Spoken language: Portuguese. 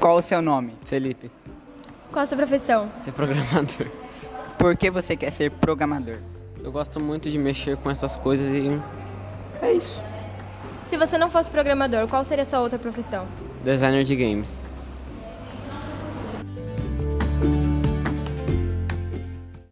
Qual o seu nome? Felipe, Qual a sua profissão? ser programador. Por que você quer ser programador? Eu gosto muito de mexer com essas coisas e é isso. Se você não fosse programador, qual seria a sua outra profissão? Designer de games.